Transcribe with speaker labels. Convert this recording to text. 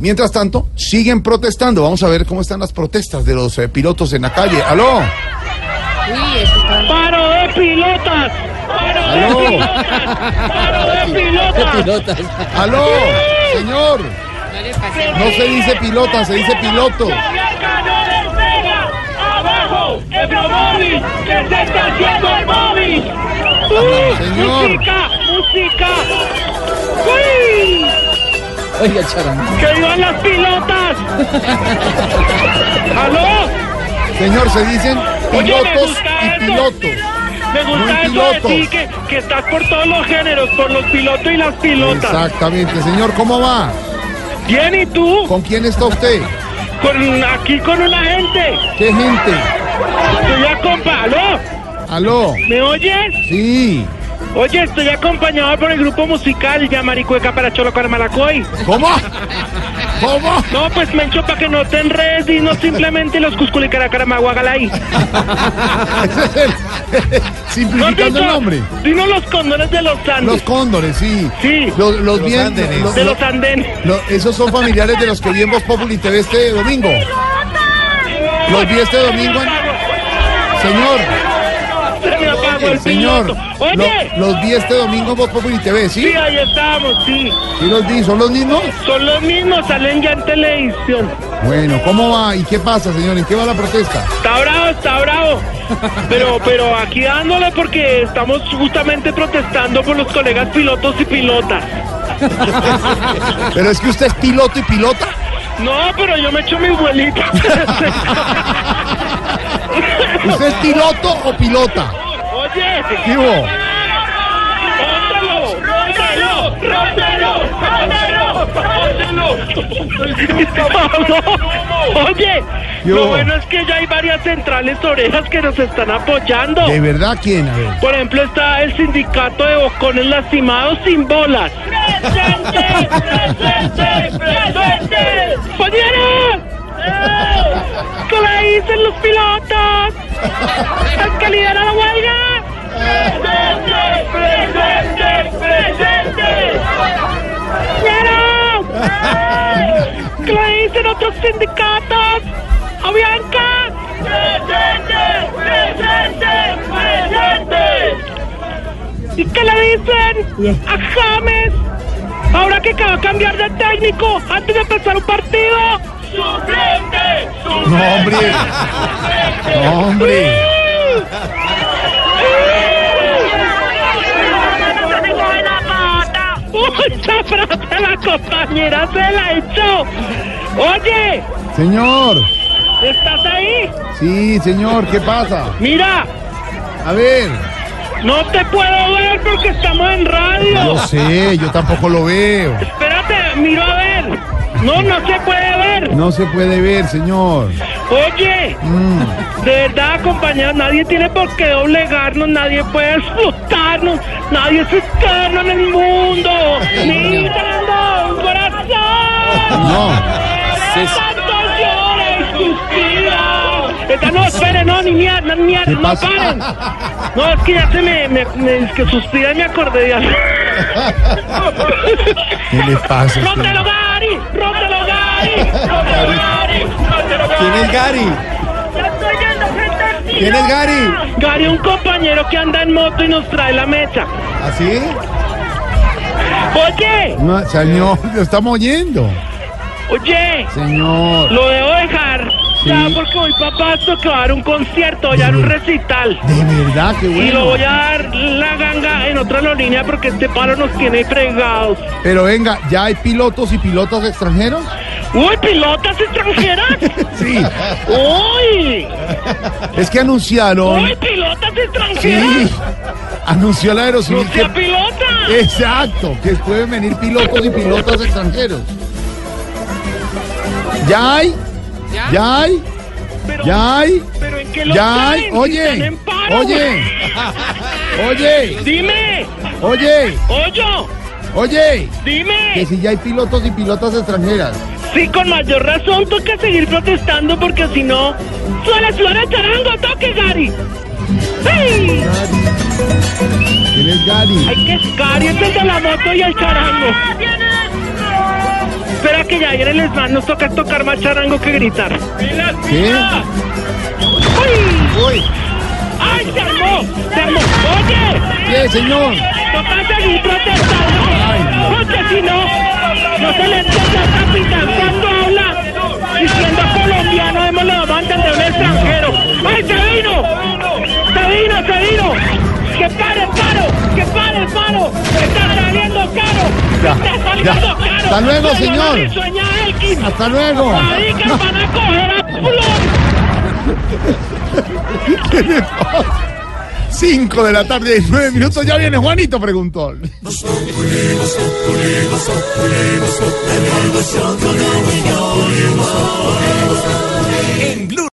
Speaker 1: Mientras tanto, siguen protestando. Vamos a ver cómo están las protestas de los eh, pilotos en la calle. ¡Aló!
Speaker 2: ¡Paro de pilotas! ¡Paro de pilotas! ¡Paro de pilotas!
Speaker 1: ¡Aló! Señor, no se dice pilota, se dice piloto.
Speaker 2: ¡Que le ganó el Vega! ¡Abajo! ¡Ebromóvil! ¡Que se está haciendo el móvil! ¡Uh!
Speaker 1: Señor.
Speaker 2: ¡Música! ¡Música! ¡Uy!
Speaker 3: Oiga, charango.
Speaker 2: ¡Que vivan las pilotas! ¡Aló!
Speaker 1: Señor, se dicen
Speaker 2: Oye, me
Speaker 1: pilotos
Speaker 2: gusta
Speaker 1: y
Speaker 2: eso.
Speaker 1: pilotos.
Speaker 2: Me
Speaker 1: Muy
Speaker 2: gusta eso
Speaker 1: pilotos.
Speaker 2: de ti, que, que estás por todos los géneros, por los pilotos y las pilotas.
Speaker 1: Exactamente, señor, ¿cómo va?
Speaker 2: Bien, ¿y tú?
Speaker 1: ¿Con quién está usted?
Speaker 2: Con, aquí con una gente.
Speaker 1: ¿Qué gente?
Speaker 2: Estoy acompa- ¿Aló?
Speaker 1: ¿Aló?
Speaker 2: ¿Me oyes?
Speaker 1: Sí.
Speaker 2: Oye, estoy acompañado por el grupo musical ya Maricueca para Cholo Caramalacoy.
Speaker 1: ¿Cómo? ¿Cómo?
Speaker 2: No, pues Mencho, para que no te enredes, dinos simplemente los Cusculicaracaramáguagalay.
Speaker 1: Ese es el-
Speaker 2: ¿No has
Speaker 1: Simplificando el
Speaker 2: visto?
Speaker 1: nombre.
Speaker 2: Dinos los condones de los Andes.
Speaker 1: Los cóndores, sí.
Speaker 2: Sí.
Speaker 1: Los, los
Speaker 4: Los
Speaker 1: bien.
Speaker 4: ándenes.
Speaker 1: los-
Speaker 2: De
Speaker 1: los-
Speaker 2: los Andenes.
Speaker 1: Lo- esos son familiares de los que vi en Voz Populi TV este domingo. Los vi este domingo en... Señor,
Speaker 2: Se me apagó el
Speaker 1: señor.
Speaker 2: piloto. Oye,
Speaker 1: lo- los vi este domingo en Voz Populi TV, ¿sí?
Speaker 2: sí, ahí estamos, sí.
Speaker 1: ¿Sí los vi? ¿Son los mismos?
Speaker 2: Son los mismos, salen ya en televisión.
Speaker 1: Bueno, ¿cómo va? ¿Y qué pasa, señor? ¿En qué va la protesta?
Speaker 2: Está bravo, está bravo. Pero, pero aquí dándole porque estamos justamente protestando por los colegas pilotos y pilotas.
Speaker 1: Pero es que usted es piloto y pilota.
Speaker 2: No, pero yo me echo mi vuelita.
Speaker 1: ¿Usted es piloto o pilota?
Speaker 2: Oye,
Speaker 1: ¿Qué hubo?
Speaker 2: rótalo, rótalo, rótalo, rótalo, rótalo. Oye,
Speaker 1: Yo.
Speaker 2: lo bueno es que ya hay varias centrales orejas que nos están apoyando.
Speaker 1: ¿De verdad quién? A ver.
Speaker 2: Por ejemplo, está el sindicato de bocones lastimados sin bolas. ¡Presente! ¡Presente! ¡Presente! Eh. ¡Compañera! ¿Qué le dicen los pilotos? ¡El que lidera la huelga! ¡Presente! ¡Presente! ¡Presente! ¡Compañero! ¿Qué le dicen otros sindicatos? ¡A Bianca! ¡Presente! ¡Presente! ¡Presente! ¿Y qué le dicen a James? Ahora que acaba de cambiar de técnico antes de empezar un partido. ¡Suplente!
Speaker 1: No, hombre. No, hombre.
Speaker 2: ¡Mucha frase la compañera se la echó! ¡Oye!
Speaker 1: Señor.
Speaker 2: ¿Estás ahí?
Speaker 1: Sí, señor, ¿qué pasa?
Speaker 2: ¡Mira!
Speaker 1: A ver.
Speaker 2: No te puedo ver porque estamos en radio.
Speaker 1: Yo sé, yo tampoco lo veo.
Speaker 2: Espérate, miro a ver. No, no se puede ver.
Speaker 1: No se puede ver, señor.
Speaker 2: Oye, de verdad, compañeros, nadie tiene por qué doblegarnos, nadie puede explotarnos, nadie es externo en el mundo. ¡Mirando un corazón!
Speaker 1: No.
Speaker 2: ¡Eres tanto llores, suspira! Esta no, esperen, no, ni mierda, no, ni mierda,
Speaker 1: ¿Qué
Speaker 2: no
Speaker 1: pasa?
Speaker 2: paren. No, es que ya se me, me, me- es que suspira y me acordé ya.
Speaker 1: ¿Qué le pasa? a usted?
Speaker 2: ¡Rótelo, Gary! ¡Rótelo, Gary! ¡Rótelo, Gary! ¡Rótelo, Gary!
Speaker 4: ¿Quién es Gary? ¿Quién es Gary?
Speaker 2: Gary, un compañero que anda en moto y nos trae la mecha.
Speaker 4: ¿Así?
Speaker 2: Oye,
Speaker 1: No, señor, lo estamos oyendo.
Speaker 2: oye,
Speaker 1: Señor.
Speaker 2: lo debo dejar.
Speaker 1: Sí.
Speaker 2: Ya, porque hoy papá que va a dar un concierto, voy a dar un recital.
Speaker 1: De verdad, qué
Speaker 2: Y lo
Speaker 1: bueno.
Speaker 2: voy a dar la ganga en otra aerolínea porque este paro nos tiene fregados.
Speaker 1: Pero venga, ¿ya hay pilotos y pilotas extranjeros?
Speaker 2: ¡Uy, pilotas extranjeras!
Speaker 1: Sí.
Speaker 2: ¡Uy!
Speaker 1: Es que anunciaron.
Speaker 2: ¡Uy, pilotas extranjeras!
Speaker 1: Sí. Anunció la
Speaker 2: ¡No
Speaker 1: aerocivil que.
Speaker 2: sea pilota!
Speaker 1: Eh, Exacto, que pueden venir pilotos y pilotas extranjeros. ¿Ya hay? ¿Ya hay?
Speaker 2: Pero,
Speaker 1: ¿Ya hay?
Speaker 2: pero en qué lo
Speaker 1: ¿Ya hay?
Speaker 2: traen? Si están
Speaker 1: Oye,
Speaker 2: en paro.
Speaker 1: oye, oye,
Speaker 2: Dime,
Speaker 1: oye,
Speaker 2: Oyo,
Speaker 1: oye, que
Speaker 2: dime.
Speaker 1: si ya hay pilotos y pilotas extranjeras.
Speaker 2: Sí, con mayor razón toca seguir protestando porque si no, suena suena charango, toque Gary. ¡Sí!
Speaker 1: ¿Quién es Gary?
Speaker 2: Ay, que es Gary, es el de la moto y el charango. Espera que ya viene el esmalte, nos toca tocar más charango que gritar.
Speaker 1: ¿Qué?
Speaker 2: ¡Ay!
Speaker 1: Uy,
Speaker 2: ¡Ay, se armó! ¡Se armó! ¡Oye!
Speaker 1: ¿qué, señor?
Speaker 2: Toca seguir protestando. Porque si no, no se le entiende al capitán cuando habla diciendo colombiano, hemos le vamos a entender un extranjero. ¡Ay, se vino! ¡Se vino, se vino! ¡Que pare el paro! ¡Que pare el paro! ¡Está saliendo caro!
Speaker 1: Ya,
Speaker 2: ¡Está saliendo
Speaker 1: ya.
Speaker 2: caro!
Speaker 1: Hasta luego,
Speaker 2: Pero no
Speaker 1: señor.
Speaker 2: me sueña Elkin.
Speaker 1: Hasta luego.
Speaker 2: Ahí que van a coger a Plum.
Speaker 1: 5 de la tarde, 9 minutos, ya viene Juanito, preguntó.